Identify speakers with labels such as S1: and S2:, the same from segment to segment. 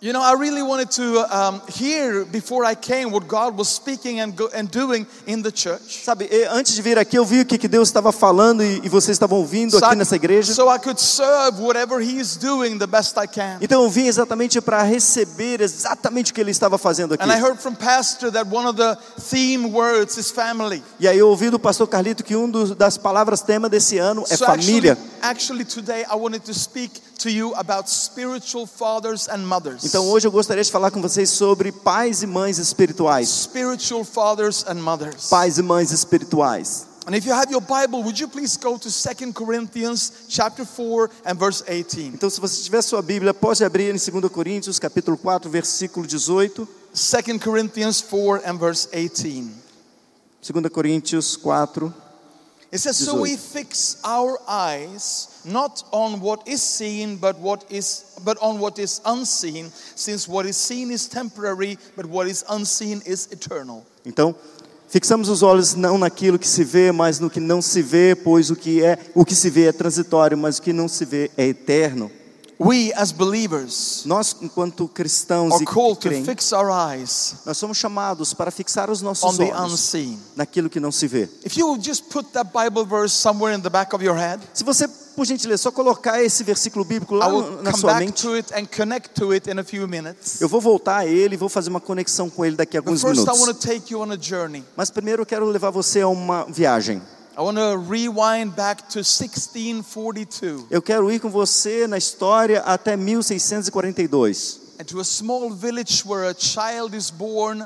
S1: You know, I really wanted to um, hear before I came what God was speaking and, go, and doing in the church.
S2: Sabe, eh, antes de vir aqui eu vi o que, que Deus estava falando e, e vocês estavam ouvindo
S1: So I-
S2: aqui nessa igreja.
S1: so I could serve whatever He is doing the best I can.
S2: Então eu vim exatamente para receber exatamente o que ele estava fazendo aqui.
S1: And I heard from pastor that one of the theme words is family.
S2: E aí eu ouvi do pastor Carlito que um dos, das palavras tema desse ano é
S1: so
S2: família.
S1: Actually, actually today I wanted to speak to you about spiritual fathers and mothers.
S2: Então hoje eu gostaria de falar com vocês sobre pais e mães espirituais.
S1: spiritual fathers and mothers.
S2: Pais e mães espirituais.
S1: And if you have your Bible, would you please go to 2 Corinthians chapter 4 and verse 18.
S2: Então se você tiver sua Bíblia, pode abrir em 2 Coríntios, capítulo 4, versículo 18.
S1: 2 Corinthians 4 and verse 18.
S2: 2 Coríntios 4.
S1: It says, So we fix our eyes not on what is seen, but what is but on what is unseen, since what is seen is temporary, but what is unseen is eternal.
S2: Então, fixamos os olhos não naquilo que se vê, mas no que não se vê, pois o que é, o que se vê é transitório, mas o que não se vê é eterno.
S1: We as believers
S2: Nós, enquanto cristãos
S1: are
S2: e
S1: called to
S2: crentes,
S1: fix our eyes
S2: nós somos chamados para fixar os
S1: on
S2: nossos
S1: the
S2: olhos
S1: unseen.
S2: naquilo que não se vê.
S1: If you would just put that Bible verse somewhere in the back of your head,
S2: Se você, por gentileza, só colocar esse versículo bíblico
S1: I
S2: lá
S1: will
S2: no- na
S1: come
S2: sua
S1: back
S2: mente,
S1: to it and connect to it in a few minutes.
S2: eu vou voltar a ele e vou fazer uma conexão com ele daqui a
S1: But
S2: alguns
S1: first, I
S2: minutos.
S1: want to take you on a journey.
S2: Mas primeiro eu quero levar você a uma viagem.
S1: I want to rewind back to 1642
S2: Eu quero ir com você na história até 1642.
S1: and to a small village where a child is born.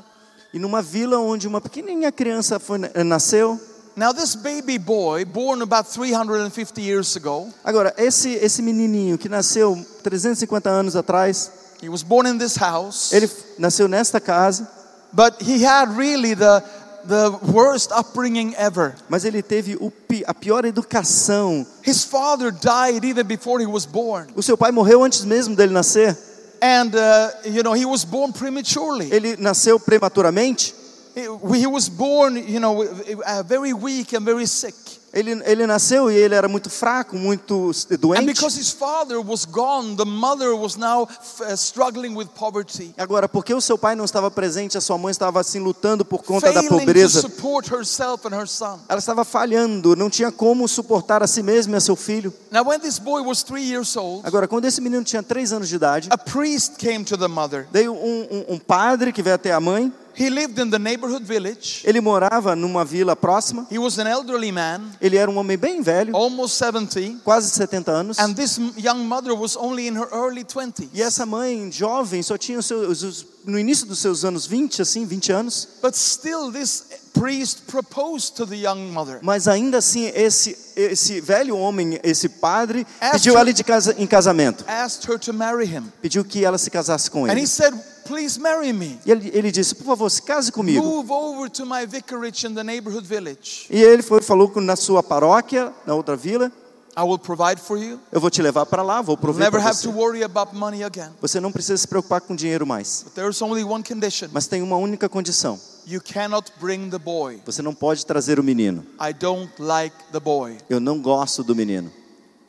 S2: E numa vila onde uma pequenininha criança foi, eh, nasceu.
S1: Now, this baby boy, born about 350 years ago,
S2: Agora, esse, esse menininho que nasceu 350 anos atrás,
S1: he was born in this house,
S2: ele f- nasceu nesta casa,
S1: but he had really the, the worst upbringing ever.
S2: mas ele teve o pi- a pior educação.
S1: His father died even before he was born,
S2: O seu pai morreu antes mesmo dele nascer.
S1: and uh, you know, he was born prematurely.
S2: Ele nasceu prematuramente.
S1: He he was born, you know, uh, very weak and very sick.
S2: Ele, ele nasceu e ele era muito fraco, muito s- eh,
S1: And
S2: doente.
S1: because his father was gone, the mother was now uh, struggling with poverty,
S2: Agora, porque o seu pai não estava presente, a sua mãe estava assim lutando por conta da
S1: failing to
S2: pobreza.
S1: support herself and her son.
S2: Ela estava falhando, não tinha como suportar a si mesma e a seu filho.
S1: Now, when this boy was three years old,
S2: Agora, quando esse menino tinha três anos de idade,
S1: a priest came to the mother.
S2: Daí um, um- um padre que veio até a mãe,
S1: He lived in the neighborhood village.
S2: ele morava numa vila próxima,
S1: He was an elderly man,
S2: ele era um homem bem velho,
S1: almost 70,
S2: quase 70 anos,
S1: and this m- young mother was only in her early 20s.
S2: e essa mãe jovem só tinha os seus, os- no início dos seus anos 20, assim, 20 anos,
S1: But still, this priest proposed to the young mother.
S2: mas ainda assim esse, esse velho homem, esse padre,
S1: After-
S2: pediu ela de casa, em casamento,
S1: asked her to marry him.
S2: pediu que ela se casasse com
S1: And
S2: ele.
S1: he said, Please marry me.
S2: E ele, ele disse, por favor, se case comigo.
S1: Move over to my vicarage in the neighborhood village.
S2: E ele foi, falou com- na sua paróquia, na outra vila,
S1: I will provide for you.
S2: eu vou te levar para lá, vou
S1: You'll
S2: prover
S1: never
S2: para
S1: have to
S2: você.
S1: worry about money again.
S2: Você não precisa se preocupar com dinheiro mais.
S1: But there's only one condition
S2: Mas tem uma única condição:
S1: you cannot bring the boy.
S2: você não pode trazer o menino.
S1: I don't like the boy.
S2: Eu não gosto do menino.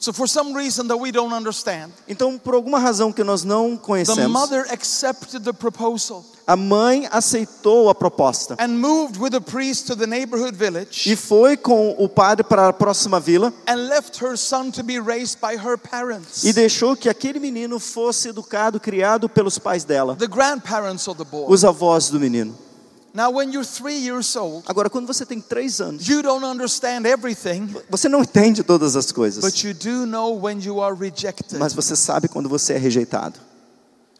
S1: So, for some reason that we don't understand,
S2: Então, por alguma razão que nós não
S1: the
S2: conhecemos,
S1: mother accepted the proposal
S2: a mãe aceitou a proposta
S1: and moved with the priest to the neighborhood
S2: e
S1: village
S2: foi com o padre para a próxima vila
S1: and left her son to be raised by her parents,
S2: e deixou que aquele menino fosse educado, criado pelos pais dela,
S1: the grandparents of the boy.
S2: os avós do menino.
S1: Now, when you're three years old,
S2: Agora, quando você tem três anos,
S1: You don't understand everything,
S2: você não entende todas as coisas,
S1: but you do know when you are rejected.
S2: mas você sabe quando você é rejeitado.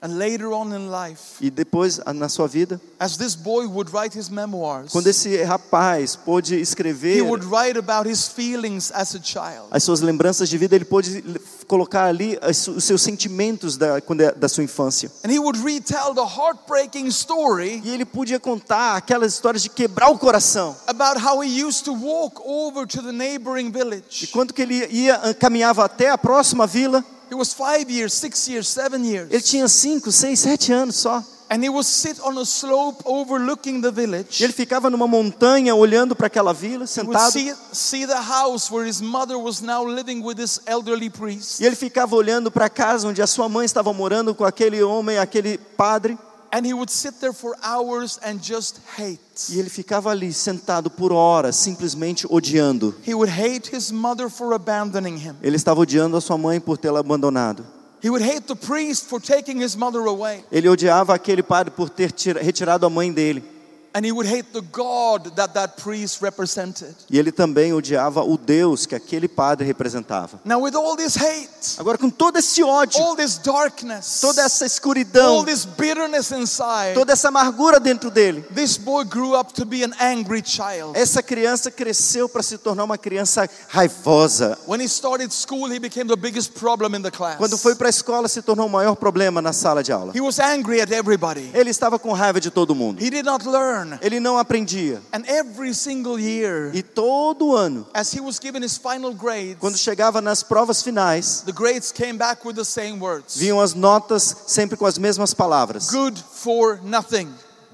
S1: And later on in life,
S2: E depois, a- na sua vida,
S1: as this boy would write his memoirs,
S2: quando esse rapaz pôde
S1: he
S2: escrever
S1: would write about his feelings as a child.
S2: as suas lembranças de vida, ele pôde le- colocar ali as su- os seus sentimentos da, quando é- da sua infância.
S1: And he would retell the heartbreaking story
S2: E ele podia contar aquelas histórias de quebrar o coração.
S1: about how he used to walk over to the neighboring
S2: E
S1: village.
S2: quanto que ele ia, ah, caminhava até a próxima vila,
S1: He was five years, six years, seven
S2: ele
S1: years.
S2: tinha 5, 6, 7 anos só.
S1: And he would sit on a slope overlooking the village.
S2: E ele ficava numa montanha olhando para aquela vila,
S1: He would
S2: sentado.
S1: see, see the house where his mother was now living with this elderly priest.
S2: E ele ficava olhando para a casa onde a sua mãe estava morando com aquele homem, aquele padre.
S1: And he would sit there for hours and just hate.
S2: E ele ficava ali sentado por horas, simplesmente odiando.
S1: He would hate his mother for abandoning him.
S2: Ele estava odiando a sua mãe por tê-la abandonado.
S1: He would hate the priest for taking his mother away.
S2: Ele odiava aquele padre por ter tira- retirado a mãe dele.
S1: And he would hate the God that that priest represented.
S2: E ele também odiava o Deus que aquele padre representava.
S1: Now, with all this hate,
S2: Agora, com todo esse ódio,
S1: all this darkness,
S2: toda essa
S1: all
S2: escuridão,
S1: this bitterness inside,
S2: toda essa amargura dentro dele,
S1: this boy grew up to be an angry child.
S2: essa criança cresceu para se tornar uma criança raivosa.
S1: When he started school, he became the biggest problem in the class.
S2: Quando foi para a escola, se tornou o maior problema na sala de aula.
S1: He was angry at everybody.
S2: Ele estava com raiva de todo mundo.
S1: He did not learn.
S2: Ele não aprendia.
S1: And every single year,
S2: E todo ano,
S1: as he was given his final grades,
S2: quando chegava nas provas finais,
S1: the grades came back with the same words
S2: vinham as notas sempre com as mesmas palavras:
S1: Good for nothing.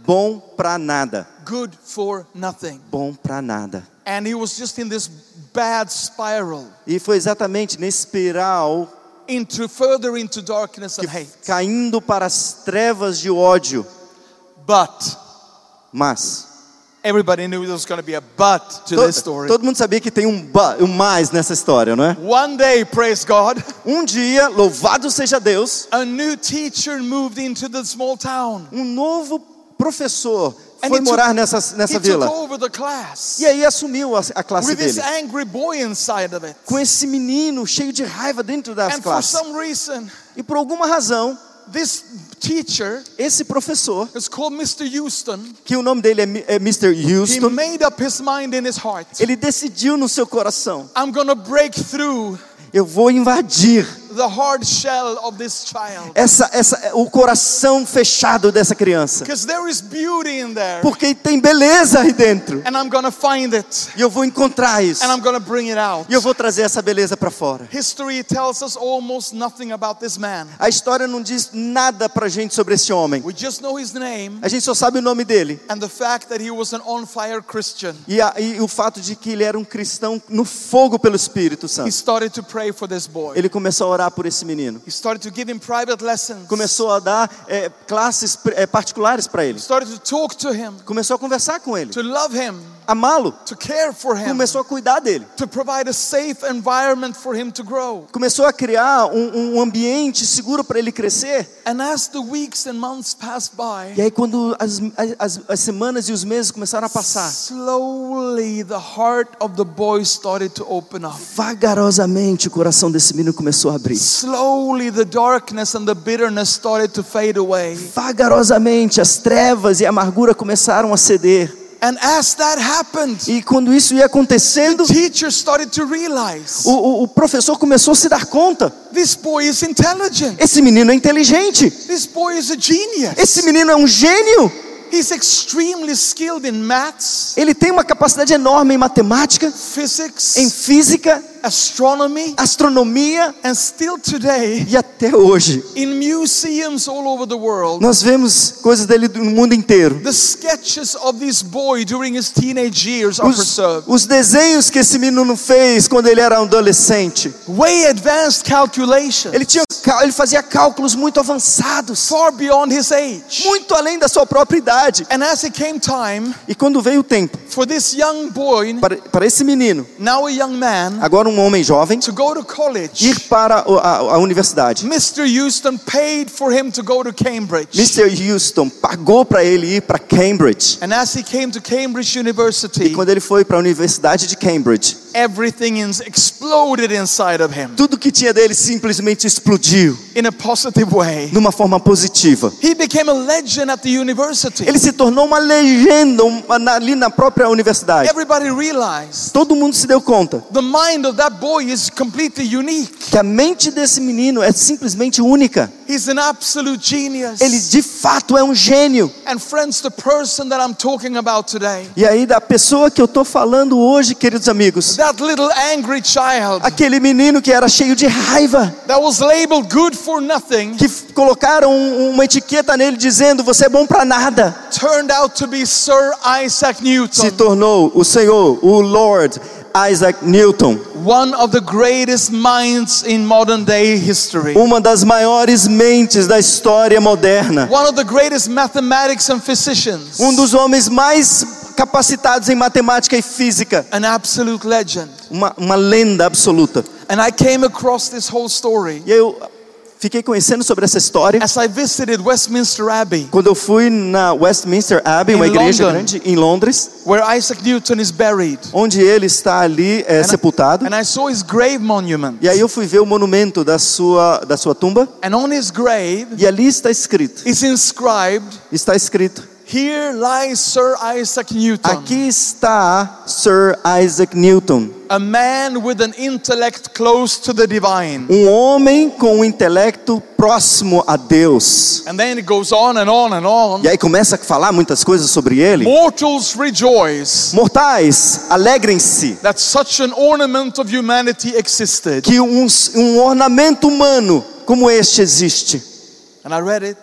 S2: bom para nada,
S1: Good for nothing.
S2: bom para nada.
S1: And he was just in this bad spiral
S2: E foi exatamente nesse espiral
S1: into further into darkness and hate.
S2: caindo para as trevas de ódio.
S1: But
S2: Mas
S1: everybody knew there was going to be a but to
S2: to-
S1: this story.
S2: todo mundo sabia que tem um, ba- um mais nessa história, não é?
S1: One day, praise God,
S2: Um dia, louvado seja Deus,
S1: a new teacher moved into the small town.
S2: um novo professor
S1: And
S2: foi
S1: he took-
S2: morar nessa,
S1: He
S2: nessa
S1: took
S2: vila.
S1: over the class.
S2: E aí assumiu a, a classe
S1: with this
S2: dele.
S1: angry boy inside of it.
S2: Com esse menino cheio de raiva dentro das
S1: And for
S2: classes.
S1: some reason,
S2: E por alguma razão,
S1: this teacher
S2: esse professor,
S1: is called Mr. Houston.
S2: que o nome dele é, Mi- é Mr.
S1: He
S2: Houston,
S1: made up his mind in his heart.
S2: ele decidiu no seu coração:
S1: I'm going to break through
S2: eu vou invadir
S1: the hard shell of this child.
S2: essa, essa, o coração fechado dessa criança.
S1: Because there is beauty in there.
S2: Porque tem beleza aí dentro.
S1: And I'm going to find it.
S2: E eu vou encontrar isso.
S1: And I'm going to bring it out.
S2: E eu vou trazer essa beleza para fora.
S1: History tells us almost nothing about this man.
S2: A história não diz nada pra gente sobre esse homem.
S1: We just know his name
S2: A gente só sabe o nome dele.
S1: and the fact that he was an on fire Christian.
S2: E, a, e o fato de que ele era um cristão no fogo pelo Espírito
S1: He
S2: Santo.
S1: started to pray for this boy.
S2: Ele começou a orar por esse menino.
S1: He started to give him private lessons.
S2: Começou a dar é, classes é, particulares para ele.
S1: started to talk to him,
S2: Começou a conversar com ele.
S1: to love him,
S2: Amá-lo.
S1: to care for him,
S2: Começou a cuidar dele.
S1: to provide a safe environment for him to grow.
S2: Começou a criar um, um ambiente seguro para ele crescer.
S1: And as the weeks and months passed by,
S2: E aí, quando as, as, as semanas e os meses começaram a passar,
S1: slowly the heart of the boy started to open up.
S2: vagarosamente o coração desse menino começou a abrir.
S1: Slowly the darkness and the bitterness started to fade away.
S2: Vagarosamente as trevas e a amargura começaram a ceder.
S1: And as that happened,
S2: E quando isso ia acontecendo,
S1: the teacher started to realize
S2: o, o- o professor começou a se dar conta:
S1: this boy is intelligent.
S2: esse menino é inteligente,
S1: This boy is a
S2: esse
S1: genius.
S2: menino é um gênio,
S1: He's extremely skilled in maths,
S2: ele tem uma capacidade enorme em matemática, em
S1: physics,
S2: física,
S1: astronomy,
S2: astronomia.
S1: And still today,
S2: E até hoje,
S1: in museums all over the world,
S2: nós vemos coisas dele no mundo inteiro.
S1: the sketches of this boy during his teenage years are
S2: Os,
S1: preserved.
S2: os desenhos que esse menino fez quando ele era um adolescente.
S1: Way advanced calculation,
S2: Ele, tinha, cal- ele fazia cálculos muito avançados,
S1: far beyond his age.
S2: muito além da sua própria idade.
S1: And as it came time
S2: E quando veio o tempo
S1: for this young boy,
S2: para, para esse menino,
S1: now a young man,
S2: agora um homem jovem,
S1: to go to college,
S2: ir para o- a, a universidade,
S1: Mr. Houston paid for him to go to Cambridge.
S2: Mr. Houston pagou para ele ir para Cambridge.
S1: And as he came to Cambridge University,
S2: Quando ele foi para a universidade de Cambridge,
S1: everything is exploded inside of him
S2: tudo que tinha dele simplesmente explodiu
S1: in a positive way.
S2: numa forma positiva.
S1: He became a legend at the university.
S2: Ele se tornou uma legenda um- na- ali na própria universidade.
S1: Everybody realized
S2: Todo mundo se deu conta
S1: the mind of that boy is completely unique.
S2: que a mente desse menino é simplesmente única.
S1: He's an absolute genius.
S2: Ele de fato é um gênio.
S1: And friends, the person that I'm talking about today,
S2: E aí, da pessoa que eu estou falando hoje, queridos amigos,
S1: that little angry child
S2: aquele menino que era cheio de raiva,
S1: that was labeled good for nothing,
S2: que f- colocaram um- uma etiqueta nele dizendo: Você é bom para nada,
S1: turned out to be Sir Isaac
S2: se
S1: Newton,
S2: tornou o Senhor, o Lord Isaac Newton,
S1: one of the greatest minds in modern day history,
S2: uma das maiores mentes da história moderna,
S1: one of the greatest mathematics and physicians,
S2: um dos homens mais capacitados em matemática e física,
S1: an absolute legend.
S2: uma, uma lenda absoluta.
S1: And I came across this whole story
S2: E eu fiquei conhecendo sobre essa história
S1: as I visited Westminster Abbey,
S2: quando eu fui na Westminster Abbey, uma
S1: Em
S2: igreja
S1: London.
S2: grande em Londres,
S1: where Isaac Newton is buried.
S2: onde ele está ali é, sepultado.
S1: And I saw his grave monument.
S2: E aí eu fui ver o monumento da sua da sua tumba
S1: And on his grave
S2: e ali está escrito,
S1: is inscribed,
S2: está escrito:
S1: Here lies Sir Isaac Newton,
S2: Aqui está Sir Isaac Newton,
S1: a man with an intellect close to the divine.
S2: um homem com um intelecto próximo a Deus.
S1: And then it goes on and on and on.
S2: E aí começa a falar muitas coisas sobre ele.
S1: Mortals rejoice
S2: Mortais, alegrem-se
S1: that such an ornament of humanity existed.
S2: que um, um ornamento humano como este existe.
S1: And I read it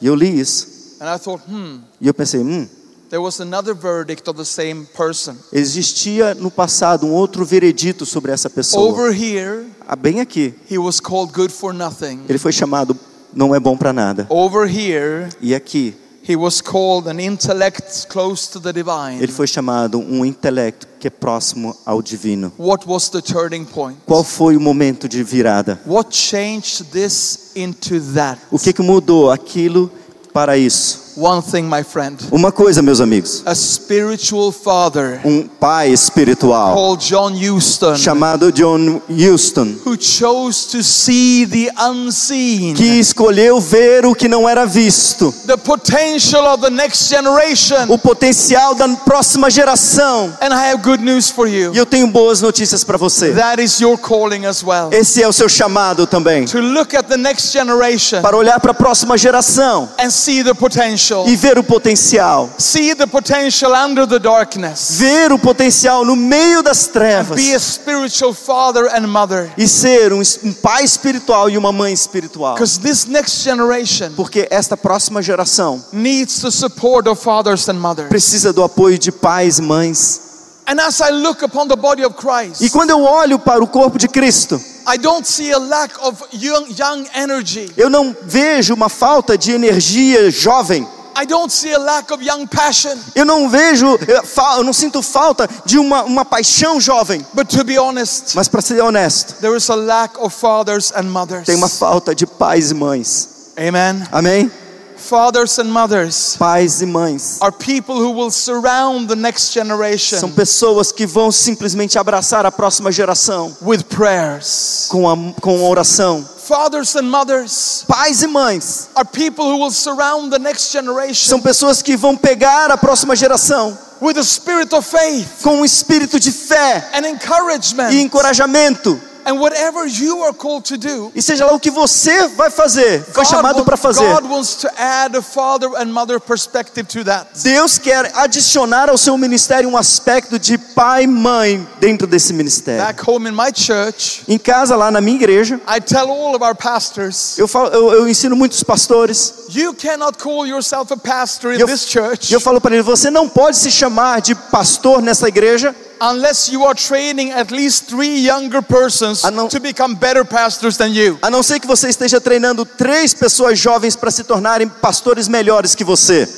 S2: E eu li isso.
S1: and I thought, hmm,
S2: E eu pensei, hum,
S1: there was another verdict of the same person.
S2: existia no passado um outro veredito sobre essa pessoa.
S1: Over here,
S2: Ah, bem aqui.
S1: he was called good for nothing.
S2: Ele foi chamado não é bom para nada.
S1: Over here,
S2: E aqui,
S1: he was called an intellect close to the divine.
S2: ele foi chamado um intelecto que é próximo ao divino.
S1: What was the turning point?
S2: Qual foi o momento de virada?
S1: What changed this into that?
S2: O que, que mudou aquilo para isso?
S1: One thing, my friend.
S2: Uma coisa, meus amigos.
S1: A spiritual father
S2: Um pai espiritual
S1: called John Houston
S2: chamado John Houston,
S1: who chose to see the unseen,
S2: que escolheu ver o que não era visto,
S1: the potential of the next generation.
S2: o potencial da próxima geração.
S1: And I have good news for you.
S2: E eu tenho boas notícias para você.
S1: That is your calling as well.
S2: Esse é o seu chamado também.
S1: To look at the next generation
S2: Para olhar para a próxima geração
S1: and see the potential.
S2: e ver o potencial.
S1: See the potential under the darkness.
S2: Ver o potencial no meio das trevas.
S1: Be a spiritual father and mother.
S2: E ser um, es- um pai espiritual e uma mãe espiritual.
S1: Because this next generation
S2: Porque esta próxima geração
S1: needs the support of fathers and mothers.
S2: precisa do apoio de pais e mães.
S1: And as I look upon the body of
S2: E
S1: Christ,
S2: quando eu olho para o corpo de Cristo,
S1: I don't see a lack of young, young energy.
S2: eu não vejo uma falta de energia jovem.
S1: I don't see a lack of young passion.
S2: Eu não vejo, eu, fa- eu não sinto falta de uma, uma paixão jovem.
S1: But to be honest,
S2: Mas para ser honesto,
S1: there is a lack of fathers and mothers.
S2: tem uma falta de pais e mães.
S1: Amen.
S2: Amém?
S1: Fathers and mothers
S2: Pais e mães
S1: are people who will surround the next generation
S2: são pessoas que vão simplesmente abraçar a próxima geração
S1: with prayers.
S2: com a, com a oração.
S1: Fathers and mothers
S2: Pais e mães
S1: are people who will surround the next generation
S2: são pessoas que vão pegar a próxima geração
S1: with a spirit of faith
S2: com um espírito de fé
S1: and encouragement.
S2: e encorajamento.
S1: And whatever you are called to do,
S2: E seja lá o que você vai fazer, foi chamado
S1: wa-
S2: para fazer.
S1: God wants to add a father and mother perspective to that.
S2: Deus quer adicionar ao seu ministério um aspecto de pai e mãe dentro desse ministério.
S1: Back home in my church,
S2: Em casa, lá na minha igreja,
S1: I tell all of our pastors,
S2: eu, falo, eu, eu ensino muitos pastores.
S1: you cannot call yourself a pastor in
S2: Eu-
S1: this church
S2: E eu falo para eles: você não pode se chamar de pastor nessa igreja
S1: unless you are training at least three younger persons
S2: Ah, não.
S1: to become better pastors than you.
S2: A não ser que você esteja treinando três pessoas jovens para se tornarem pastores melhores que você.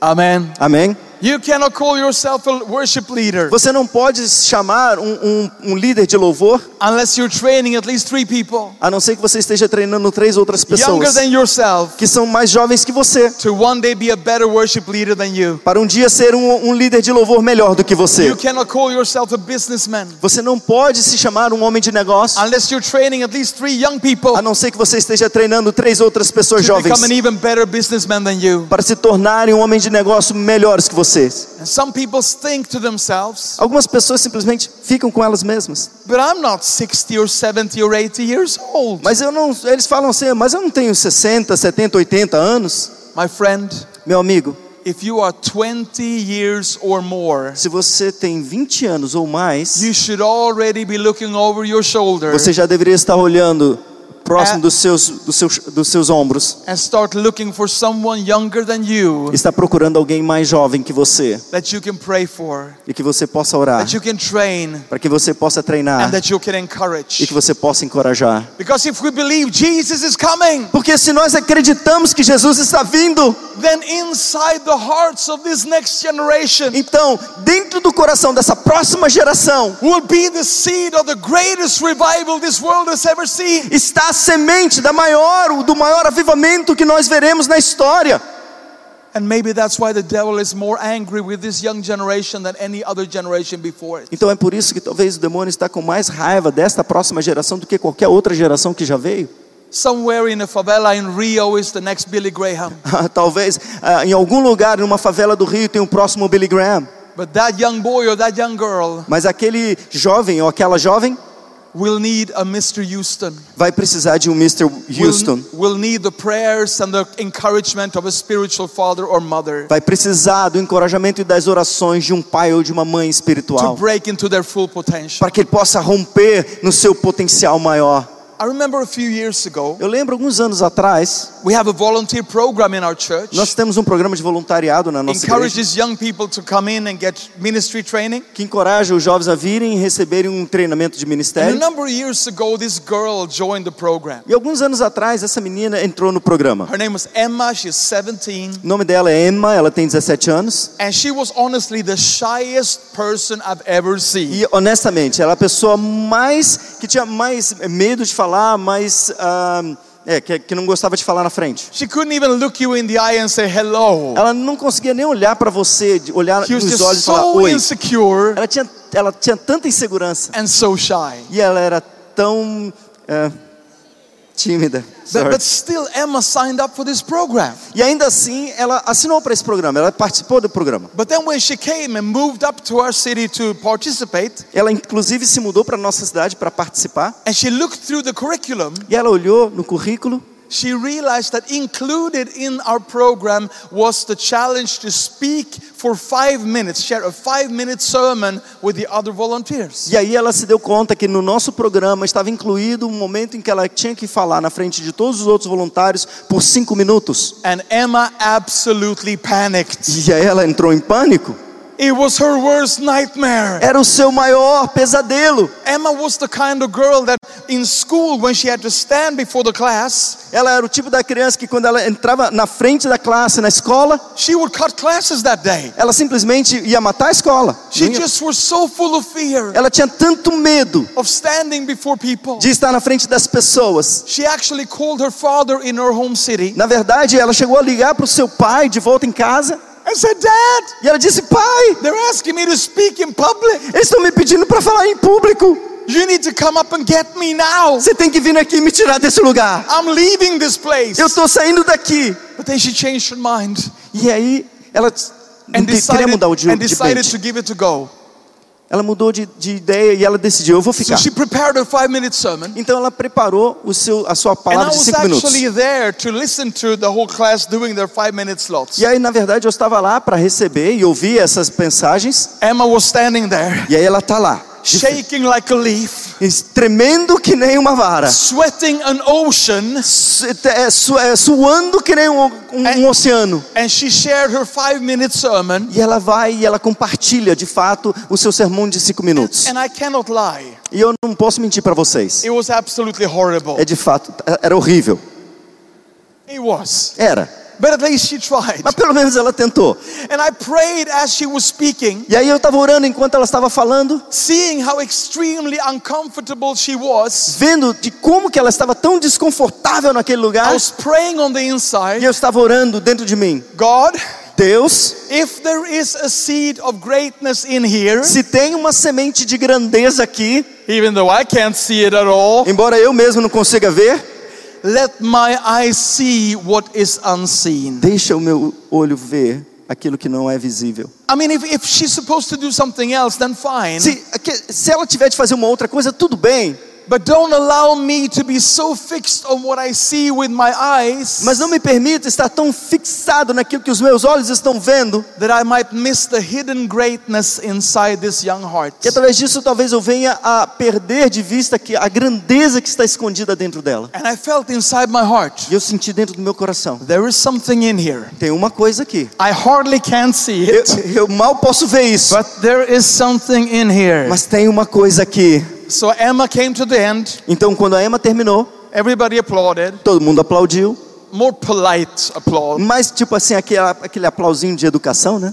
S1: Amen.
S2: Amém?
S1: You cannot call yourself a worship leader
S2: Você não pode se chamar um, um- um líder de louvor,
S1: unless you're training at least three people
S2: a não ser que você esteja treinando três outras
S1: younger
S2: pessoas
S1: than yourself
S2: que são mais jovens que você,
S1: to one day be a better worship leader than you.
S2: para um dia ser um, um líder de louvor melhor do que
S1: You
S2: você.
S1: cannot call yourself a businessman
S2: Você não pode se chamar um homem de negócio,
S1: unless you're training at least three young people
S2: a não ser que você esteja treinando três outras pessoas
S1: to
S2: jovens
S1: become an even better businessman than you.
S2: para se tornarem um homem de negócio melhores que vocês.
S1: And some people think to themselves,
S2: Algumas pessoas simplesmente ficam com elas mesmas.
S1: but I'm not 60 or 70 or 80 years old.
S2: Mas eu não, eles falam assim, mas eu não tenho 60, 70, 80 anos.
S1: My friend,
S2: Meu amigo,
S1: if you are 20 years or more,
S2: se você tem 20 anos ou mais,
S1: you should already be looking over your shoulder
S2: você já deveria estar olhando próximo
S1: É.
S2: dos seus, dos seus, dos seus ombros.
S1: and start looking for someone younger than you
S2: Está procurando alguém mais jovem que você
S1: that you can pray for,
S2: e que você possa orar,
S1: that you can train,
S2: para que você possa treinar
S1: and that you can
S2: e
S1: encourage.
S2: que você possa encorajar.
S1: Because if we believe Jesus is coming,
S2: Porque se nós acreditamos que Jesus está vindo,
S1: then inside the hearts of this next generation
S2: então, dentro do coração dessa próxima geração,
S1: will be the seed of the greatest revival this world has ever seen.
S2: está a semente da maior, do maior avivamento que nós veremos na história.
S1: And maybe that's why the devil is more angry with this young generation than any other generation before it.
S2: Então é por isso que talvez o demônio está com mais raiva desta próxima geração do que qualquer outra geração que já veio.
S1: Somewhere in a favela in Rio is the next Billy Graham.
S2: talvez ah, em algum lugar, numa favela do Rio, tem o próximo Billy Graham.
S1: But that young boy or that young girl
S2: Mas aquele jovem ou aquela jovem
S1: will need a Mr. Houston.
S2: vai precisar de um Mr.
S1: Will-
S2: Houston.
S1: will need the prayers and the encouragement of a spiritual father or mother
S2: Vai precisar do encorajamento e das orações de um pai ou de uma mãe
S1: to
S2: espiritual.
S1: break into their full potential.
S2: para que ele possa romper no seu potencial maior.
S1: I remember a few years ago,
S2: Eu lembro alguns anos atrás,
S1: we have a volunteer program in our church.
S2: nós temos um programa de voluntariado na nossa igreja
S1: encourages young people to come in and get ministry training.
S2: que encoraja os jovens a virem e receberem um treinamento de
S1: And a
S2: ministério.
S1: number of years ago, this girl joined the program.
S2: E alguns anos atrás, essa menina entrou no programa.
S1: Her name was Emma, she's 17,
S2: O nome dela é Emma, ela tem 17 anos.
S1: and she was honestly the shyest person I've ever seen.
S2: E honestamente, ela é a pessoa mais que tinha mais medo de falar, mais ah, é, que, que não gostava de falar na frente.
S1: She couldn't even look you in the eye and say hello.
S2: Ela não conseguia nem olhar para você, de olhar
S1: She was
S2: nos olhos
S1: just
S2: e falar
S1: so
S2: oi.
S1: insecure
S2: Ela tinha, ela tinha tanta insegurança.
S1: and so shy.
S2: E ela era tão é, tímida.
S1: But,
S2: sorry.
S1: but still, Emma signed up for this program.
S2: E ainda assim, ela assinou para esse programa, ela participou do programa.
S1: But then, when she came and moved up to our city to participate,
S2: Ela inclusive se mudou para nossa cidade para participar.
S1: and she looked through the curriculum,
S2: E ela olhou no currículo
S1: she realized that included in our program was the challenge to speak for five minutes, share a five minute sermon with the other volunteers.
S2: e aí ela se deu conta que no nosso programa estava incluído um momento em que ela tinha que falar na frente de todos os outros voluntários por cinco minutos.
S1: And Emma absolutely panicked.
S2: E aí ela entrou em pânico.
S1: It was her worst nightmare.
S2: Era o seu maior pesadelo.
S1: Emma was the kind of girl that in school, when she had to stand before the class,
S2: Ela era o tipo da criança que quando ela entrava na frente da classe, na escola,
S1: she would cut classes that day.
S2: ela simplesmente ia matar a escola.
S1: She
S2: Não ia-
S1: just was so full of fear
S2: Ela tinha tanto medo
S1: of standing before people.
S2: de estar na frente das pessoas.
S1: She actually called her father in her home city
S2: Na verdade, ela chegou a ligar para o seu pai de volta em casa
S1: and said, Dad,
S2: e ela disse: Pai,
S1: They're asking me to speak in public.
S2: eles estão me pedindo para falar em público.
S1: You need to come up and get me now.
S2: Você tem que vir aqui e me tirar desse lugar.
S1: I'm leaving this place.
S2: Eu estou saindo daqui.
S1: But then she changed her mind
S2: E aí, ela t-
S1: and
S2: que- queria
S1: decided,
S2: mudar o de,
S1: and
S2: de
S1: decided
S2: mente.
S1: to give it a go.
S2: Ela mudou de, de ideia e ela decidiu: Eu vou
S1: So
S2: ficar.
S1: she prepared a five minute sermon.
S2: Então, ela preparou o seu, a sua
S1: And I
S2: E palavra de
S1: was
S2: cinco minutos.
S1: actually there to listen to the whole class doing their five minute slots.
S2: E aí, na verdade, eu estava lá para receber e ouvir essas mensagens.
S1: Emma was standing there,
S2: E aí, ela está lá,
S1: shaking like a leaf,
S2: tremendo que nem uma vara.
S1: sweating an ocean.
S2: su- é, su- é, suando que nem um, um- um oceano.
S1: And she shared her five minute sermon.
S2: E ela vai e ela compartilha, de fato, o seu sermão de cinco minutos.
S1: And I cannot lie,
S2: E eu não posso mentir para vocês.
S1: it was absolutely horrible.
S2: É de fato, era horrível.
S1: It was.
S2: Era.
S1: But at least she tried.
S2: Mas pelo menos ela tentou.
S1: And I prayed as she was speaking,
S2: E aí eu estava orando enquanto ela estava falando,
S1: seeing how extremely uncomfortable she was.
S2: vendo de como que ela estava tão desconfortável naquele
S1: I
S2: lugar.
S1: was praying on the
S2: E
S1: inside
S2: eu estava orando dentro de mim.
S1: God,
S2: Deus,
S1: if there is a seed of greatness in here,
S2: se tem uma semente de grandeza aqui,
S1: even though I can't see it at all,
S2: embora eu mesmo não consiga ver,
S1: let my eyes see what is unseen.
S2: deixa o meu olho ver aquilo que não é visível.
S1: I mean, if, if she's supposed to do something else, then fine.
S2: Se, que- se ela tiver de fazer uma outra coisa, tudo bem,
S1: But don't allow me to be so fixed on what I see with my eyes
S2: mas não me permita estar tão fixado naquilo que os meus olhos estão vendo,
S1: that I might miss the hidden greatness inside this young heart.
S2: que através disso talvez eu venha a perder de vista que a grandeza que está escondida dentro dela.
S1: And I felt inside my heart,
S2: E eu senti dentro do meu coração,
S1: there is something in here.
S2: tem uma coisa aqui.
S1: I hardly can see
S2: Eu,
S1: it,
S2: eu mal posso ver isso,
S1: but there is something in here.
S2: mas tem uma coisa aqui.
S1: So Emma came to the end.
S2: Então quando a Emma terminou,
S1: Everybody applauded,
S2: todo mundo aplaudiu,
S1: more polite applause.
S2: mas tipo assim, aquele, aquele aplausinho de educação, né?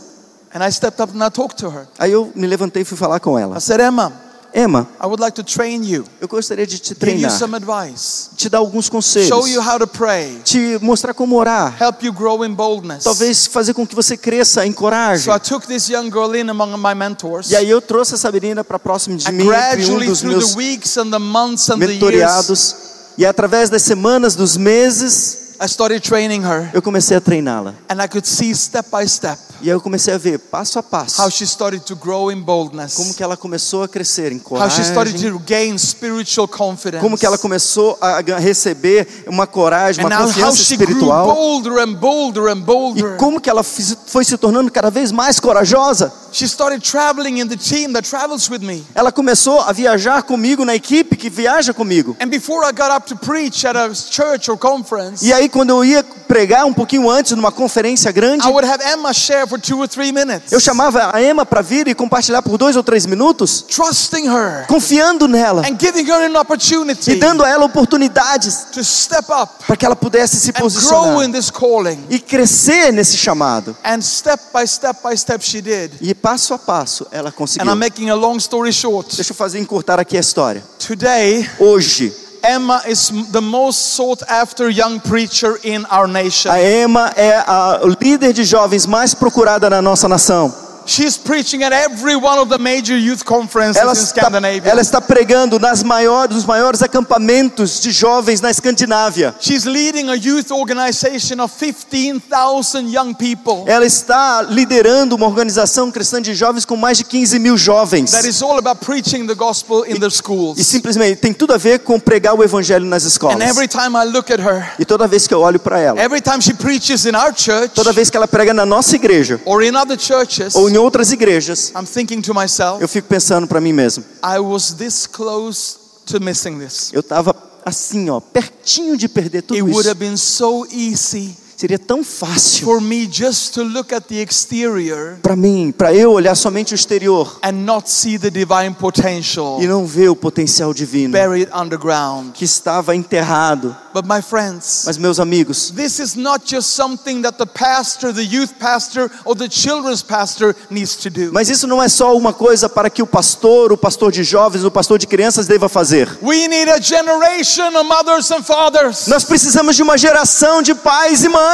S1: And I stepped up and I talked to her.
S2: Aí eu me levantei e fui falar com ela.
S1: I said, Emma,
S2: Emma,
S1: I would like to train you,
S2: eu gostaria de te
S1: give you
S2: treinar,
S1: some advice,
S2: te dar alguns conselhos,
S1: show you how to pray,
S2: te mostrar como orar,
S1: help you grow in boldness.
S2: talvez fazer com que você cresça em
S1: So
S2: coragem.
S1: I took this young girl in among my mentors.
S2: E aí eu trouxe essa menina para próximo de
S1: and
S2: mim, entre um
S1: gradually
S2: dos
S1: through
S2: meus
S1: the weeks and the months and the years,
S2: mentoriados. E através das semanas, dos meses,
S1: I started training her.
S2: eu comecei a treiná-la.
S1: And I could see step by step
S2: E aí eu comecei a ver, passo a passo,
S1: how she started to grow in
S2: como
S1: boldness,
S2: que ela começou a crescer em
S1: how she started
S2: coragem,
S1: to gain spiritual confidence,
S2: como que ela começou a gan- receber uma coragem,
S1: and
S2: uma
S1: now how
S2: confiança
S1: she grew
S2: espiritual.
S1: bolder and bolder and
S2: E
S1: bolder.
S2: como que ela fiz- foi se tornando cada vez mais corajosa?
S1: She started traveling in the team that travels with me.
S2: Ela começou a viajar comigo na equipe que viaja comigo.
S1: And before I got up to preach at a church or conference,
S2: E aí quando eu ia pregar um pouquinho antes numa conferência grande,
S1: I would have Emma share for two or three minutes,
S2: eu chamava a Emma para vir e compartilhar por dois ou três minutos,
S1: trusting her
S2: confiando nela
S1: and giving her an
S2: e
S1: opportunity
S2: dando a ela oportunidades
S1: to step up
S2: para que ela pudesse se
S1: and grow
S2: posicionar
S1: in this calling.
S2: e crescer nesse chamado.
S1: And step by step by step, she did.
S2: E passo a passo ela
S1: And
S2: conseguiu.
S1: I'm making a long story short.
S2: Deixa eu fazer encurtar aqui a história.
S1: Today,
S2: Hoje,
S1: Emma is m- the most sought after young preacher in our nation.
S2: a Emma é a líder de jovens mais procurada na nossa nação.
S1: She's preaching at every one of the major youth conferences
S2: Ela
S1: in
S2: está,
S1: Scandinavia.
S2: ela está pregando nas maiores, nos maiores acampamentos de jovens na Escandinávia.
S1: She's leading a youth organization of 15,000 young people
S2: Ela está liderando uma organização cristã de jovens com mais de 15 mil jovens.
S1: that is all about preaching the gospel in their
S2: E
S1: schools.
S2: simplesmente tem tudo a ver com pregar o evangelho nas escolas.
S1: And every time I look at her,
S2: E toda vez que eu olho para ela,
S1: every time she preaches in our church
S2: toda vez que ela prega na nossa igreja
S1: or in other churches,
S2: ou em outras igrejas,
S1: I'm thinking to myself,
S2: eu fico pensando para mim mesmo.
S1: I was this close to missing this.
S2: Eu estava assim, ó, pertinho de perder
S1: It
S2: tudo
S1: would
S2: isso.
S1: have been so easy
S2: Seria tão fácil
S1: for me just to look at the exterior
S2: para mim, para eu olhar somente o exterior
S1: and not see the divine
S2: e
S1: potential
S2: não ver o potencial divino
S1: buried underground.
S2: que estava enterrado.
S1: But my friends,
S2: Mas meus amigos,
S1: This is not just something that the pastor, the youth pastor, or the children's pastor needs to do.
S2: mas isso não é só uma coisa para que o pastor, o pastor de jovens, o pastor de crianças deva fazer.
S1: We need a generation of mothers and fathers.
S2: Nós precisamos de uma geração de pais e mães.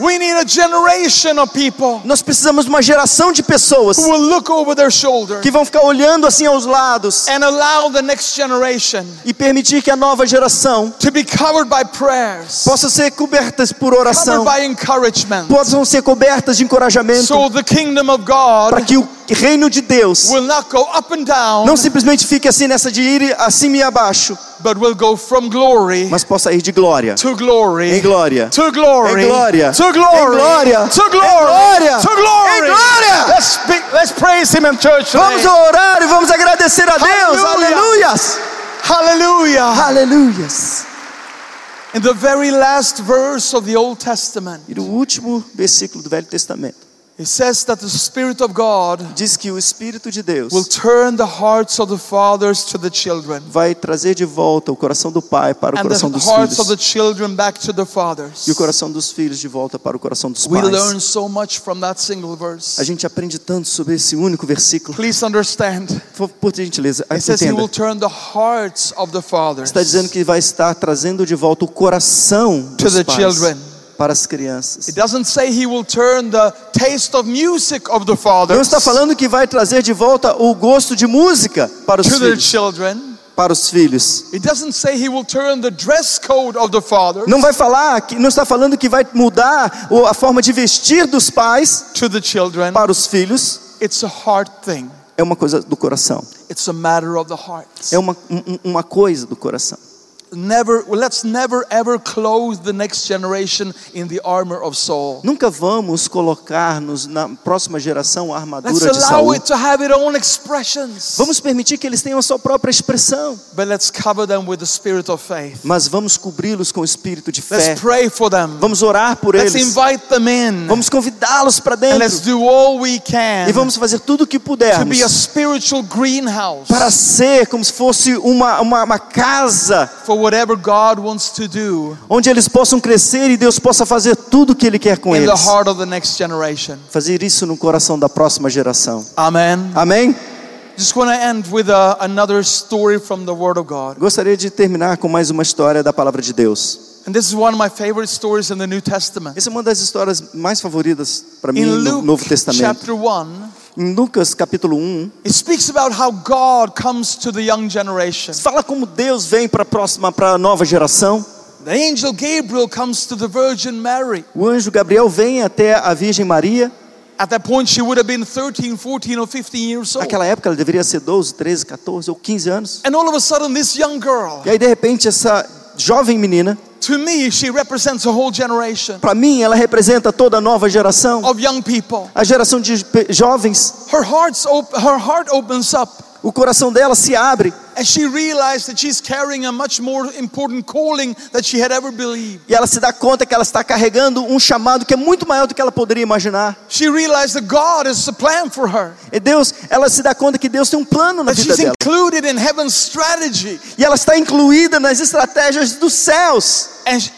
S1: We need a generation of people
S2: Nós precisamos de uma geração de pessoas
S1: who will look over their shoulder
S2: que vão ficar olhando assim aos lados
S1: and allow the next generation
S2: e permitir que a nova geração
S1: to be covered by prayers,
S2: possa ser cobertas por
S1: covered
S2: oração,
S1: by encouragement,
S2: possam ser cobertas de encorajamento
S1: so the kingdom of
S2: para
S1: God
S2: que o reino de Deus
S1: will not go up and down,
S2: não simplesmente fique assim nessa de ir acima e abaixo,
S1: but will go from glory
S2: mas possa ir de glória
S1: to glory.
S2: em glória.
S1: To glory.
S2: Em glória.
S1: To glory.
S2: Em glória.
S1: To glory.
S2: Em glória.
S1: To glory.
S2: Em glória.
S1: Let's, be, let's praise him in church. today.
S2: Vamos orar e vamos agradecer a Deus.
S1: Aleluia.
S2: Aleluias!
S1: Hallelujah.
S2: Aleluias!
S1: In the very last verse of the Old Testament,
S2: E no último versículo do Velho Testamento,
S1: it says that the Spirit of God
S2: diz que o Espírito de Deus
S1: will turn the hearts of the fathers to the children
S2: vai trazer de volta o coração do Pai para o
S1: and
S2: coração
S1: the
S2: dos
S1: hearts of the
S2: filhos
S1: children back to the
S2: e o
S1: fathers.
S2: coração dos filhos de volta para o coração dos
S1: We
S2: pais.
S1: learn so much from that single
S2: A
S1: verse.
S2: gente aprende tanto sobre esse único versículo.
S1: Please understand.
S2: Por- Por gentileza,
S1: It says he will
S2: entenda.
S1: turn the hearts of the fathers
S2: Está dizendo que vai estar trazendo de volta o coração
S1: to
S2: dos
S1: the
S2: pais
S1: children.
S2: para as crianças.
S1: It doesn't say he will turn the taste of music of the
S2: Não
S1: fathers
S2: está falando que vai trazer de volta o gosto de música para os
S1: to their
S2: filhos,
S1: children,
S2: para os filhos.
S1: It doesn't say he will turn the dress code of the father
S2: Não vai falar, que- não está falando que vai mudar o- a forma de vestir dos pais
S1: to the children.
S2: para os filhos.
S1: It's a hard thing.
S2: É uma coisa do coração.
S1: It's a matter of the heart.
S2: É uma, um- uma coisa do coração.
S1: Never, let's never ever clothe the next generation in the armor of Saul.
S2: Nunca vamos colocar-nos na próxima geração a
S1: Let's
S2: armadura de
S1: allow
S2: Saul.
S1: it to have its own expressions.
S2: Vamos permitir que eles tenham a sua própria expressão,
S1: But let's cover them with the spirit of faith.
S2: mas vamos cobri-los com o espírito de fé.
S1: Let's pray for them.
S2: Vamos orar por
S1: Let's
S2: eles.
S1: invite them in.
S2: Vamos convidá-los para
S1: And let's
S2: dentro
S1: do all we can
S2: e vamos fazer tudo o que
S1: to
S2: pudermos
S1: be a spiritual greenhouse
S2: para ser como se fosse uma, uma, uma casa
S1: for whatever God wants to do
S2: onde eles possam crescer e Deus possa fazer tudo o que Ele quer com
S1: in the
S2: eles.
S1: heart of the next generation.
S2: Fazer isso no coração da próxima geração.
S1: Amen.
S2: Amém?
S1: Just want to end with uh, another story from the Word of God.
S2: Gostaria de terminar com mais uma história da palavra de Deus.
S1: And this is one of my favorite stories in the New Testament.
S2: Essa é uma das histórias mais favoritas para mim
S1: In
S2: no
S1: Luke
S2: Novo Testamento.
S1: chapter 1,
S2: Em Lucas capítulo 1,
S1: it speaks about how God comes to the young generation.
S2: fala como Deus vem para a próxima, para a nova geração.
S1: The angel Gabriel comes to the Virgin Mary.
S2: O anjo Gabriel vem até a Virgem Maria.
S1: At that point, she would have been 13, 14, or 15 years old.
S2: Naquela época ela deveria ser 12, 13, 14 ou 15 anos.
S1: And all of a sudden, this young girl,
S2: E aí de repente essa jovem menina,
S1: to me, she represents a whole generation
S2: para mim ela representa toda a nova geração,
S1: of young people.
S2: a geração de pe- jovens.
S1: Her, heart's op- her heart opens up,
S2: O coração dela se abre
S1: and she realized that she's carrying a much more important calling that she had ever believed.
S2: e ela se dá conta que ela está carregando um chamado que é muito maior do que ela poderia imaginar.
S1: She realized that God has a plan for her,
S2: E Deus, ela se dá conta que Deus tem um plano na
S1: that
S2: vida
S1: she's
S2: dela
S1: included in heaven's strategy,
S2: e ela está incluída nas estratégias dos céus
S1: and she-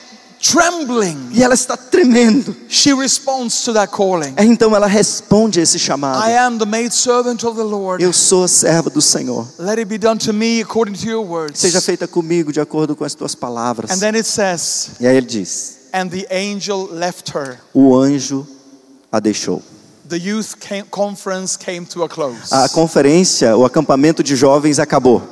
S1: trembling,
S2: e ela está tremendo.
S1: she responds to that calling.
S2: Aí, Então ela responde a esse
S1: I
S2: chamado.
S1: am the maidservant of the Lord.
S2: Eu sou a serva do Senhor.
S1: Let it be done to me according to your
S2: Seja
S1: words.
S2: feita comigo de acordo com as tuas palavras.
S1: And then it says,
S2: E aí ele diz:
S1: and the angel left her.
S2: O anjo a deixou.
S1: The youth came, conference came to a close.
S2: A conferência, o acampamento de jovens acabou.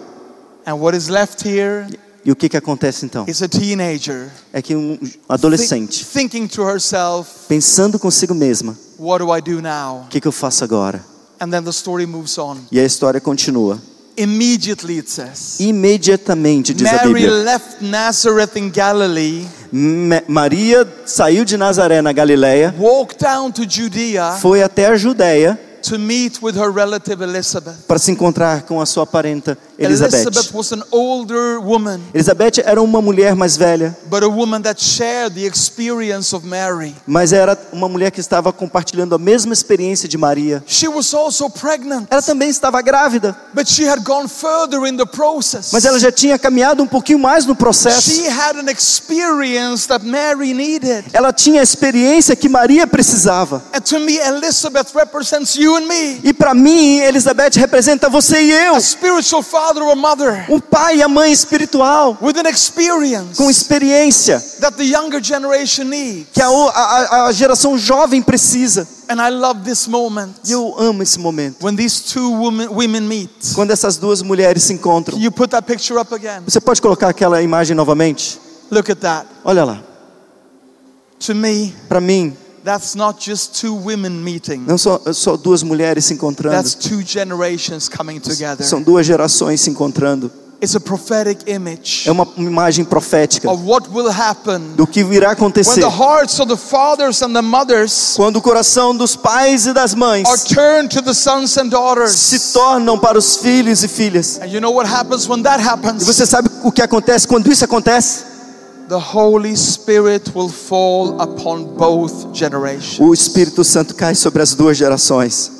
S1: and what is left here
S2: E o que que acontece então?
S1: is a teenager
S2: É que um
S1: thi-
S2: adolescente,
S1: thinking to herself,
S2: pensando consigo mesma,
S1: what do I do now?
S2: o que que eu faço agora?
S1: And then the story moves on.
S2: E a história continua.
S1: Immediately it says,
S2: Imediatamente, diz a
S1: Mary
S2: Bíblia,
S1: left Nazareth in Galilee,
S2: Ma- Maria saiu de Nazaré na Galileia,
S1: walked down to Judea
S2: foi até a Judéia
S1: to meet with her relative Elizabeth.
S2: para se encontrar com a sua parenta Elizabeth.
S1: Elizabeth was an older woman.
S2: Elizabeth era uma mulher mais velha,
S1: but a woman that shared the experience of Mary.
S2: mas era uma mulher que estava compartilhando a mesma experiência de Maria.
S1: She was also pregnant,
S2: Ela também estava grávida,
S1: but she had gone further in the process.
S2: mas ela já tinha caminhado um pouquinho mais no
S1: she
S2: processo.
S1: had an experience that Mary needed.
S2: Ela tinha a experiência que Maria precisava.
S1: And to me, Elizabeth represents you and me,
S2: E para mim, Elizabeth representa você e eu,
S1: a spiritual father or mother
S2: um pai e a mãe espiritual,
S1: with an experience
S2: com experiência,
S1: that the younger generation needs.
S2: que a, a- a geração jovem precisa.
S1: And I love this moment
S2: E eu amo esse momento,
S1: when these two women, women meet.
S2: quando essas duas mulheres se encontram.
S1: Can you put that picture up again?
S2: Você pode colocar aquela imagem novamente?
S1: Look at that.
S2: Olha lá,
S1: To me,
S2: para mim,
S1: that's not just two women meeting.
S2: Não só, só duas mulheres se encontrando,
S1: That's two generations coming together.
S2: são duas gerações se encontrando.
S1: It's a prophetic image
S2: É uma imagem profética
S1: of what will happen
S2: do que irá
S1: when
S2: acontecer
S1: the hearts of the fathers and the mothers
S2: quando o coração dos pais e das mães
S1: are turned to the sons and
S2: se
S1: daughters.
S2: tornam para os filhos e filhas.
S1: And you know what happens when that
S2: E
S1: happens?
S2: você sabe o que acontece quando isso acontece?
S1: The Holy Spirit will fall upon both generations.
S2: O Espírito Santo cai sobre as duas gerações.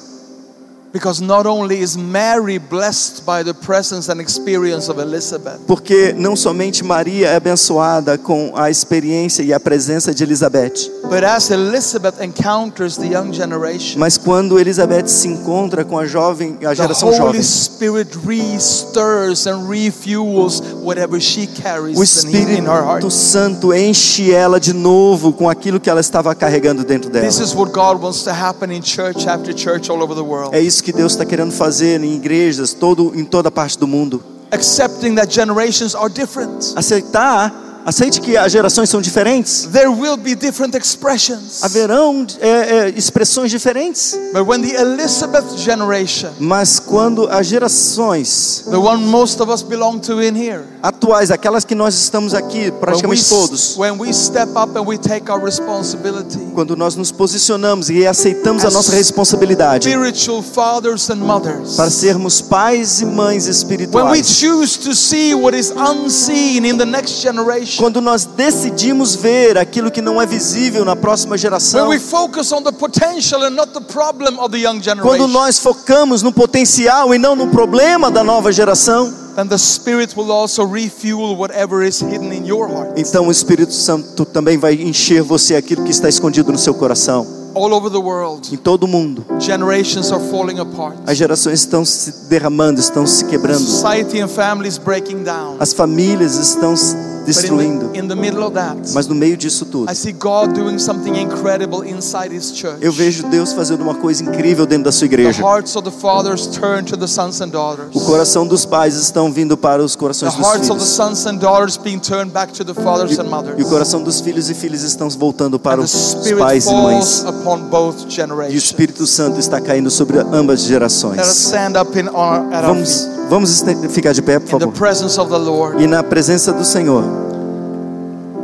S1: Because not only is Mary blessed by the presence and experience of Elizabeth,
S2: Porque não somente Maria é abençoada com a experiência e a presença de Elizabeth,
S1: but as Elizabeth encounters the young generation,
S2: mas quando Elizabeth se encontra com a jovem, a
S1: The
S2: geração
S1: Holy
S2: jovem,
S1: Spirit restirs and refuels whatever she carries
S2: O
S1: in, in her heart.
S2: Espírito Santo enche ela de novo com aquilo que ela estava carregando dentro dela.
S1: This is what God wants to happen in church after church all over the world.
S2: É isso que Deus está querendo fazer em igrejas, todo, em toda parte do mundo.
S1: accepting that generations are different.
S2: Aceitar, aceite que as gerações são diferentes.
S1: There will be different expressions.
S2: Haverão é, é, expressões diferentes,
S1: But when the Elizabeth generation,
S2: mas quando as gerações
S1: the one most of us belong to in here,
S2: atuais, aquelas que nós estamos aqui,
S1: when we,
S2: praticamente todos,
S1: when we step up and we take our responsibility,
S2: quando nós nos posicionamos e aceitamos a
S1: As
S2: nossa responsabilidade
S1: spiritual fathers and mothers,
S2: para sermos pais e mães
S1: when we
S2: espirituais,
S1: choose to see what is unseen in the next generation,
S2: quando nós decidimos ver aquilo que não é visível na próxima
S1: when
S2: geração,
S1: we focus on the potential and not the problem of the young
S2: quando
S1: generation,
S2: nós focamos no potencial e não no problema da nova geração,
S1: then the Spirit will also refuel whatever is hidden in your heart.
S2: então o Espírito Santo também vai encher você aquilo que está escondido no seu coração.
S1: All over the world,
S2: Em todo o mundo,
S1: generations are falling apart.
S2: as gerações estão se derramando, estão se quebrando,
S1: Society and families breaking down.
S2: as famílias estão se
S1: But in
S2: destruindo.
S1: the, in the middle of that,
S2: Mas no meio disso tudo,
S1: I see God doing something incredible inside His church.
S2: eu vejo Deus fazendo uma coisa incrível dentro da sua
S1: the
S2: igreja.
S1: hearts of the fathers turn to the sons and daughters.
S2: O coração dos pais estão vindo para os
S1: the
S2: corações dos
S1: hearts of the
S2: filhos.
S1: sons and daughters being turned back to the fathers and mothers.
S2: E o coração dos filhos e filhas estão voltando para
S1: and the
S2: os
S1: Spirit
S2: pais e
S1: falls
S2: mães.
S1: upon both
S2: E o
S1: generations.
S2: Espírito Santo está caindo sobre ambas
S1: Let us
S2: gerações.
S1: stand up in our, at our
S2: e Vamos,
S1: feet
S2: vamos este- ficar de pé, por
S1: in the
S2: favor.
S1: presence of the Lord.
S2: E na presença do Senhor.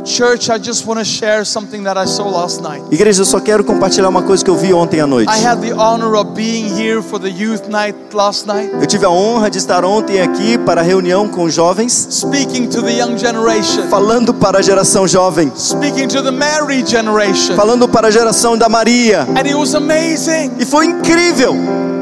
S1: Church, I just want to share something that I saw last night.
S2: Igreja, eu só quero compartilhar uma coisa que eu vi ontem à noite.
S1: I had the honor of being here for the youth night last night,
S2: Eu tive a honra de estar ontem aqui para a reunião com jovens,
S1: speaking to the young generation,
S2: falando para a geração jovem,
S1: speaking to the married generation.
S2: falando para a geração da Maria.
S1: And it was amazing.
S2: E foi incrível.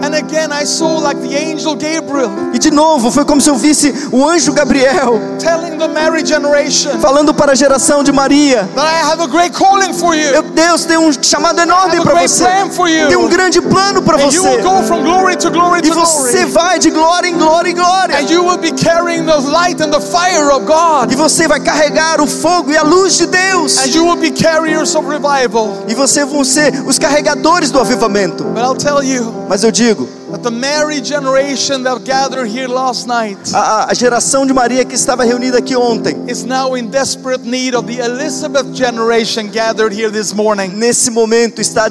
S1: And again, I saw like the angel Gabriel
S2: E de novo, foi como se eu visse o anjo Gabriel
S1: telling the married generation
S2: falando para a geração de Maria.
S1: that I have a great calling for you.
S2: Meu Deus, tem um chamado
S1: I
S2: enorme
S1: have a
S2: para
S1: great
S2: você.
S1: plan for you.
S2: Tem um grande plano para
S1: And you will
S2: você.
S1: go from glory to glory to
S2: E você
S1: glory.
S2: vai de glória em glória em glória.
S1: And you will be carrying the light and the fire of
S2: E
S1: God.
S2: você vai carregar o fogo e a luz de Deus.
S1: And you will be carriers of revival.
S2: E você vão ser os carregadores do avivamento.
S1: But I'll tell you
S2: Mas eu digo,
S1: that the married generation that gathered here last night
S2: a, a- a geração de Maria que estava reunida aqui ontem,
S1: is now in desperate need of the Elizabeth generation gathered here this morning.
S2: nesse momento está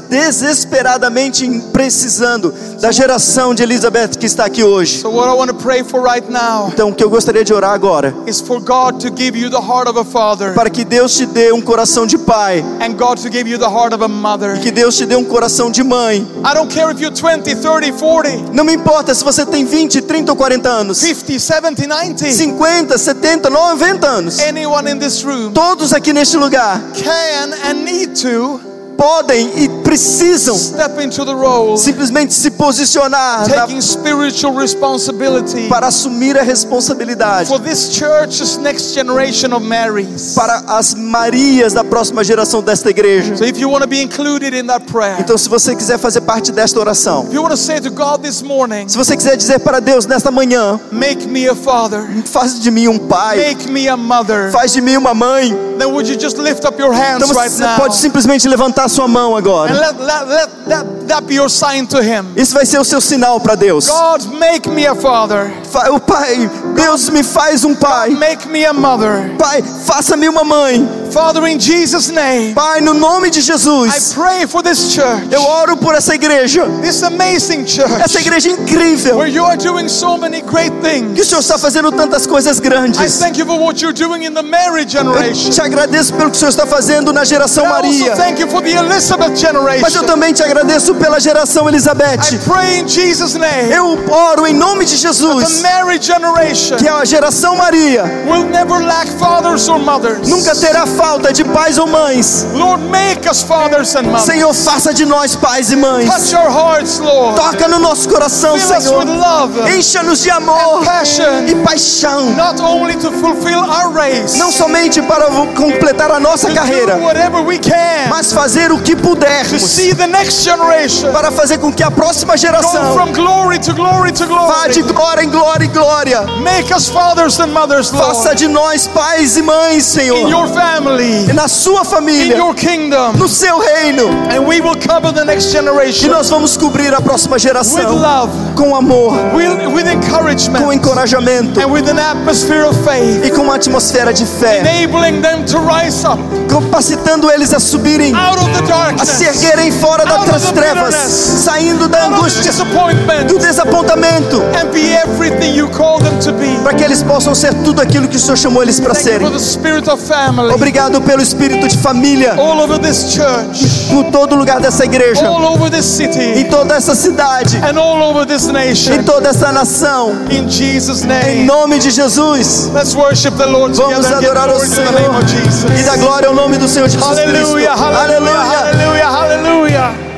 S2: desesperadamente em- precisando da geração de Elizabeth que está aqui hoje.
S1: So, what I want to pray for right now
S2: Então, o que eu gostaria de orar agora
S1: is for God to give you the heart of a father
S2: para que Deus te dê um coração de pai,
S1: and God to give you the heart of a mother.
S2: que Deus te dê um coração de mãe.
S1: I don't care if you're 20, 30, 40,
S2: Não me importa se você tem 20, 30 ou 40 anos,
S1: 50, 70, 90.
S2: 50, 70, 90 anos.
S1: Anyone in this room
S2: Todos aqui neste lugar
S1: can and need to
S2: podem e precisam
S1: step into the role,
S2: simplesmente se posicionar na-
S1: taking spiritual responsibility
S2: para assumir a responsabilidade
S1: for this church's next generation of Marys.
S2: para as Marias da próxima geração desta igreja.
S1: So if you want to be included in that prayer,
S2: Então, se você quiser fazer parte desta oração,
S1: if you want to say to God this morning,
S2: se você quiser dizer para Deus nesta manhã,
S1: make me a father,
S2: faz de mim um pai,
S1: make me a mother,
S2: faz de mim uma mãe.
S1: then would you just lift up your hands
S2: Então
S1: right
S2: você
S1: now
S2: pode simplesmente levantar sua mão
S1: and
S2: agora.
S1: let, let, let that, that be your sign to Him.
S2: Isso vai ser o seu sinal para Deus.
S1: God, make me a father.
S2: Fa- O pai, Deus me faz um pai.
S1: Make me a mother.
S2: Pai, faça-me uma mãe.
S1: Father, in Jesus' name,
S2: Pai, no nome de
S1: I
S2: Jesus,
S1: pray for this church,
S2: eu oro por essa igreja,
S1: this amazing
S2: essa
S1: church,
S2: igreja é incrível,
S1: where you are doing so many great
S2: que o
S1: things.
S2: Senhor está fazendo tantas coisas
S1: I
S2: grandes.
S1: thank you for what you're doing in the marriage
S2: Eu
S1: generation.
S2: te agradeço pelo que o Senhor está fazendo na geração
S1: And I also
S2: Maria,
S1: thank you for the Elizabeth
S2: mas eu
S1: generation.
S2: também te agradeço pela geração
S1: I
S2: Elizabeth.
S1: pray in Jesus' name,
S2: Eu oro em nome de
S1: the
S2: Jesus,
S1: marriage generation
S2: que a geração Maria
S1: will never lack fathers or mothers.
S2: nunca terá falta de pais ou mães.
S1: Lord, make us fathers and mothers.
S2: Senhor, faça de nós pais e
S1: Touch
S2: mães.
S1: our hearts, Lord.
S2: Toca no nosso coração,
S1: Fill us with
S2: Senhor.
S1: love,
S2: Encha-nos de
S1: É
S2: amor
S1: passion.
S2: e paixão.
S1: not only to fulfill our race,
S2: Não somente para vo- completar a nossa
S1: to
S2: carreira,
S1: do whatever we can
S2: mas fazer o que
S1: to
S2: pudermos
S1: see the next generation
S2: para fazer com que a próxima
S1: go
S2: geração
S1: from glory to glory to
S2: vá de
S1: glory.
S2: glória em glória em glória.
S1: Make us fathers and mothers,
S2: Faça
S1: Lord,
S2: de nós pais e mães,
S1: in
S2: Senhor,
S1: your family,
S2: e na sua
S1: in
S2: família,
S1: your kingdom.
S2: no seu reino.
S1: And we will cover the next
S2: E
S1: generation
S2: nós vamos cobrir a próxima
S1: with
S2: geração
S1: love,
S2: com amor,
S1: with, with
S2: com
S1: encouragement,
S2: encorajamento
S1: and with an atmosphere of faith,
S2: e com uma atmosfera de fé,
S1: enabling them to rise up
S2: capacitando eles a subirem,
S1: out of the
S2: a
S1: darkness,
S2: se erguerem fora
S1: Out of
S2: das
S1: the
S2: trevas,
S1: bitterness.
S2: saindo da
S1: out of the
S2: angústia,
S1: disappointment,
S2: do desapontamento,
S1: and be everything you call them to be.
S2: para que eles possam ser tudo aquilo que o Senhor chamou eles para
S1: Thank you for
S2: serem.
S1: the spirit of family
S2: Obrigado pelo espírito de família
S1: all over this church,
S2: por todo lugar dessa igreja,
S1: all over this city,
S2: em toda essa cidade,
S1: and all over this nation.
S2: em toda essa nação.
S1: In Jesus'
S2: Em
S1: name.
S2: nome de Jesus,
S1: Let's worship the Lord together
S2: vamos
S1: and give
S2: adorar ao
S1: glory to the name
S2: Senhor
S1: of Jesus.
S2: e dar glória ao nome do Senhor Jesus Cristo.
S1: Hallelujah, hallelujah,
S2: Aleluia.
S1: hallelujah, hallelujah.